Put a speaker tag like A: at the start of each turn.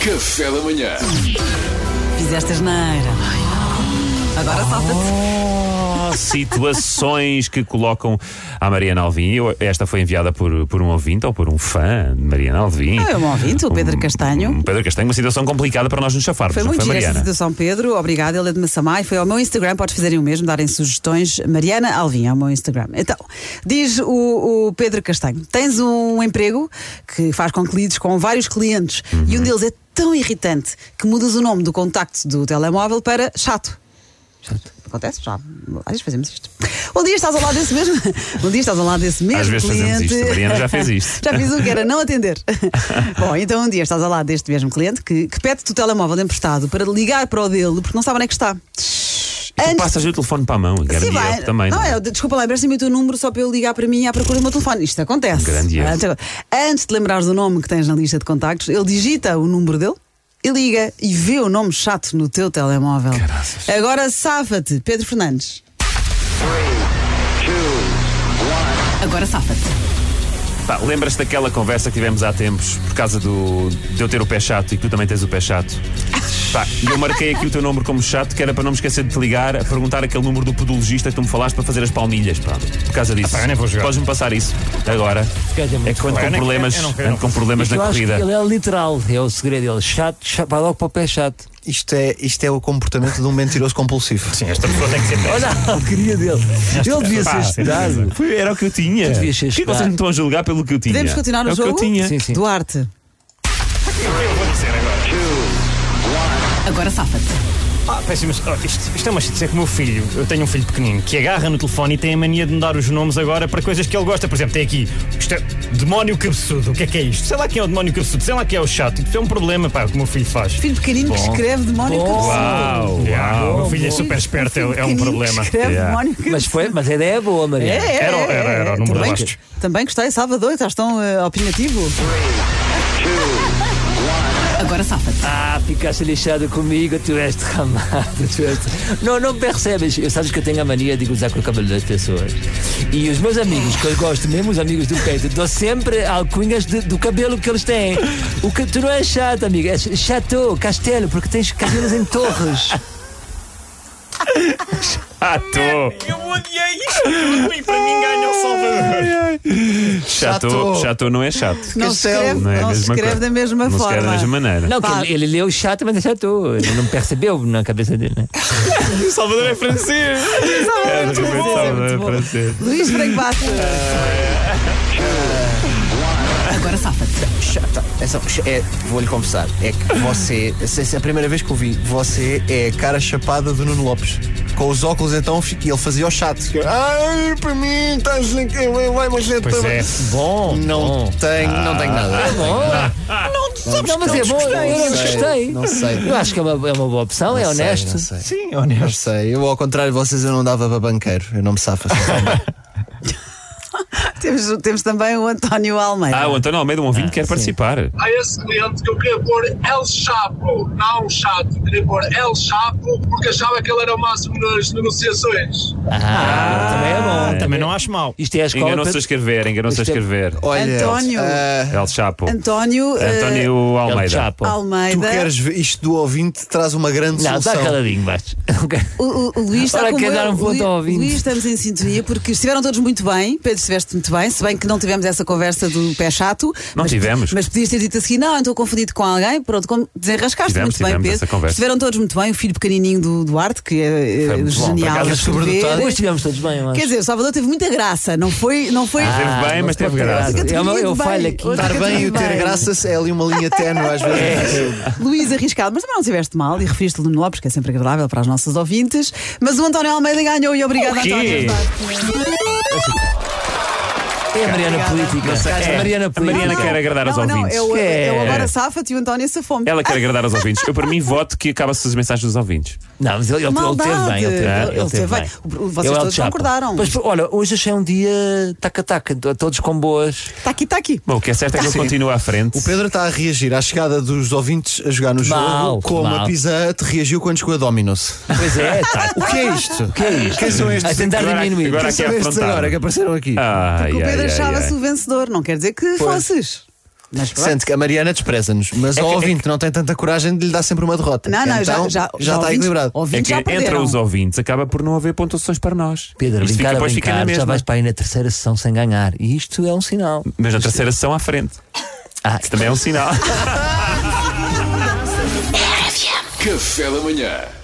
A: Café da manhã.
B: Fizeste asneira. Agora salta-te.
C: Oh, situações que colocam a Mariana Alvim. Eu- Esta foi enviada por, por um ouvinte ou por um fã de Mariana Alvim.
B: Ah, é um ouvinte, o Pedro Castanho.
C: Um Pedro Castanho, uma situação complicada para nós nos chafarmos.
B: Foi
C: não
B: muito
C: foi
B: gira esta
C: Mariana.
B: situação, Pedro. Obrigada, ele é de Massamá. E foi ao meu Instagram, podes fazerem o mesmo, darem sugestões. Mariana Alvim, ao meu Instagram. Então, diz o, o Pedro Castanho: tens um emprego que faz com que lides com vários clientes e um deles é tão irritante que mudas o nome do contacto do telemóvel para chato. Acontece, já. Às vezes fazemos isto. Um dia estás ao lado desse mesmo. Um dia estás ao lado desse mesmo.
C: vezes
B: cliente.
C: fazemos isto. A Mariana já fez isto.
B: Já fiz um que era não atender. Bom, então um dia estás ao lado deste mesmo cliente que, que pede-te o telemóvel emprestado para ligar para o dele porque não sabe onde é que está.
C: E tu
B: Antes-
C: passas o telefone para a mão.
B: Sim,
C: Grande
B: vai.
C: erro também.
B: Não,
C: não é?
B: é, desculpa lá, empresta-me o teu número só para eu ligar para mim à procura do meu telefone. Isto acontece.
C: Grande erro.
B: Antes- Antes de lembrares do nome que tens na lista de contactos, ele digita o número dele e liga e vê o nome chato no teu telemóvel.
C: Caraças.
B: Agora safa-te, Pedro Fernandes. Agora safa-te.
C: Pá, Lembras-te daquela conversa que tivemos há tempos por causa do, de eu ter o pé chato e que tu também tens o pé chato? Pá, e eu marquei aqui o teu número como chato, que era para não me esquecer de te ligar, a perguntar aquele número do podologista que tu me falaste para fazer as palmilhas, pá, por causa disso.
D: Ah, pá, eu nem vou jogar.
C: Podes-me passar isso agora.
D: calhar é muito
C: É quando
D: claro.
C: com
D: Eu nem-
C: problemas,
D: eu não quero,
C: ando
D: não
C: com problemas na
E: Eu acho que
C: corrida.
E: ele é literal, é o segredo dele. Chato, chato, vai logo para o pé chato.
F: Isto é, isto é o comportamento de um mentiroso compulsivo.
D: Sim, esta pessoa tem que ser teste.
E: Olha a alegria dele.
C: é
E: Ele devia ser estudado.
C: Foi- Era o que eu tinha.
E: Tu devias ser
C: Por que
E: esperto.
C: vocês me estão a julgar pelo que eu tinha?
B: Podemos continuar o
C: é o
B: jogo?
C: que eu tinha.
E: Sim, sim.
B: Duarte. Agora safa-te.
D: Ah, péssimo. Oh, isto, isto é uma chatice. É que o meu filho, eu tenho um filho pequenino, que agarra no telefone e tem a mania de me dar os nomes agora para coisas que ele gosta. Por exemplo, tem aqui, isto é demónio cabeçudo. O que é que é isto? Sei lá quem é o demónio cabeçudo, sei lá quem é o chato. Isto é um problema, pá, o que o meu filho faz.
B: Filho pequenino que escreve demónio que
C: Uau,
D: Ah, o
C: uau.
D: meu filho é super esperto, é, é um problema.
B: Escreve
C: Yeah.
B: demónio que
E: Mas, foi, mas a ideia é boa, Maria.
B: É, é,
D: Era-
B: é,
D: era-
B: é.
D: era o número
B: também,
D: de rostos.
B: também gostei, Salvador, estás tão eh, opinativo. Agora safa-te.
E: Ah, ficaste lixado comigo, tu és derramado. Tu és... Não, não percebes. Eu sabes que eu tenho a mania de gozar com o cabelo das pessoas. E os meus amigos, que eu gosto mesmo, os amigos do peito, dou sempre alcunhas de- do cabelo que eles têm. O que tu não é chato, amigo, é chato, castelo, porque tens cabelos em torres.
C: Ah, Chato.
D: Eu odiei isto. E para mim ganha o Salvador.
C: Chato.
F: Chato.
C: Chato não é chato.
B: Não se
F: Castelo.
B: escreve,
C: Não é a
B: não se
C: mesma
B: escreve
C: coisa.
B: da mesma
C: Não se
B: forma.
C: quer da mesma maneira.
E: Não, que
B: Pá.
E: ele, ele leu chato, mas é chato. Ele não percebeu na cabeça dele, né?
D: O Salvador é francês.
C: É, de repente, Salvador é francês.
B: Luís Franco Bastos. Agora safa-te.
F: Chata. É só- é- Vou-lhe confessar. É que você, se- se é a primeira vez que o vi, você é a cara chapada do Nuno Lopes. Com os óculos, então, fi- ele fazia o chato. Ai, para mim, estás. Vai, mas é
D: Pois é, bom. Ah.
F: Não tenho, não tenho nada.
E: É bom. Não, sabes não, mas é bom, eu não gostei.
F: Não sei.
E: Eu acho que é uma, é uma boa opção, é
F: Não sei,
E: honesto.
F: não sei.
D: Sim, honesto.
F: Não sei. Eu, ao contrário de vocês, eu não dava para banqueiro. Eu não me safo.
B: Temos, temos também o António Almeida.
C: Ah, o António Almeida, um ouvinte, quer participar.
G: a esse cliente que eu queria pôr El Chapo, não Chato, queria pôr El Chapo porque achava que ele era o máximo nas negociações.
E: Ah, também é bom.
D: Também não acho mal.
E: Isto é a escola.
C: Enganou-se a escrever, enganou-se a
E: Este é-
C: escrever.
F: Olha,
B: António.
F: ah,
C: El Chapo.
B: António, eh,
C: António
E: para- É o
C: Almeida.
E: Chapo.
F: tu
B: Almeida.
F: queres ver isto do ouvinte traz uma grande
E: Não, dá
F: solução.
E: caladinho, baixo.
B: O, o- o Luís está
E: Ora,
B: como
E: quer
B: eu.
E: dar um ponto
B: Luís-
E: ao ouvinte.
B: Luís, estamos em sintonia porque estiveram todos muito bem. Pedro, estiveste muito bem, se bem que não tivemos essa conversa do pé chato.
C: Não
B: mas,
C: tivemos.
B: Mas podias ter dito assim: não, eu estou confundido com alguém. Pronto, como desenrascaste muito
C: Tivemos,
B: bem,
C: tivemos
B: Pedro.
C: essa conversa.
B: Estiveram todos muito bem. O filho pequenininho do Duarte, que é,
C: Foi
B: eh,
C: muito bom,
B: genial.
C: por acaso
B: a escrever.
F: sobredotado.
E: Hoje estivemos todos bem, eu acho.
B: Quer dizer, o Salvador teve muita graça, não foi. Não foi
C: Ah, teve bem, mas
E: mas
C: teve
E: pode ter
C: graça.
E: graça. É uma- Eu
B: Bem,
E: falho aqui.
B: outra
F: Estar bem e o ter graças é ali uma linha ténue às vezes.
B: Luís arriscado, mas também não estiveste mal e referiste Nuno Lopes, que é sempre agradável para as nossas ouvintes. Mas o António Almeida ganhou e obrigado,
C: O quê?
B: António.
E: É a Mariana Política. É a Mariana
C: A
E: Política.
C: Mariana quer agradar aos
B: não, não,
C: ouvintes.
B: é o, é o
E: Quer.
B: agora safa-te e o António safome.
C: Ela quer agradar aos ouvintes. Eu, para mim, voto que acaba-se as mensagens dos ouvintes.
E: Não, mas ele, ele, ele
B: Maldade.
E: teve bem, ele teve,
B: Ele-
E: bem,
B: ele teve bem. O- vocês
E: Ele é o
B: todos
E: Chapo.
B: concordaram.
E: Mas olha, hoje achei um dia taca-taca, todos com boas.
B: Está Tá aqui, está aqui.
C: Bom, o que é certo é que ele continua à frente.
F: O Pedro está a reagir à chegada dos ouvintes a jogar no jogo,
E: Mal,
F: como
E: mal.
F: a Pizza Hut reagiu quando chegou a Dominos.
E: Pois é, tá.
F: O que é isto?
E: O que é isto?
F: Quem são
E: A
F: estes?
E: tentar
C: Agora-
E: diminuir.
C: agora
F: Quem
C: aqui
F: são estes
C: afrontaram.
F: agora que apareceram aqui?
C: Ah,
B: um o Pedro achava-se o vencedor, não quer dizer que fosses. Mas pronto.
F: Sente que a Mariana despreza-nos, mas ao
D: que- é
F: ouvinte não tem tanta coragem de lhe dar sempre uma derrota.
B: Não, não, já-
F: Então,
B: já- já
F: está
B: ouvintes-
F: equilibrado.
B: ouvintes-
C: É
B: Já
C: que entre
B: perderam.
C: os ouvintes acaba por não haver pontuações para nós.
E: Pedro,
C: Isto fica,
E: brincar a
C: depois fica na
E: brincar, já
C: mesma.
E: vais para aí na terceira sessão sem ganhar. E isto é um sinal.
C: Mas na terceira sessão à frente.
E: Ah,
C: Isso também é um sinal.
A: Café da manhã.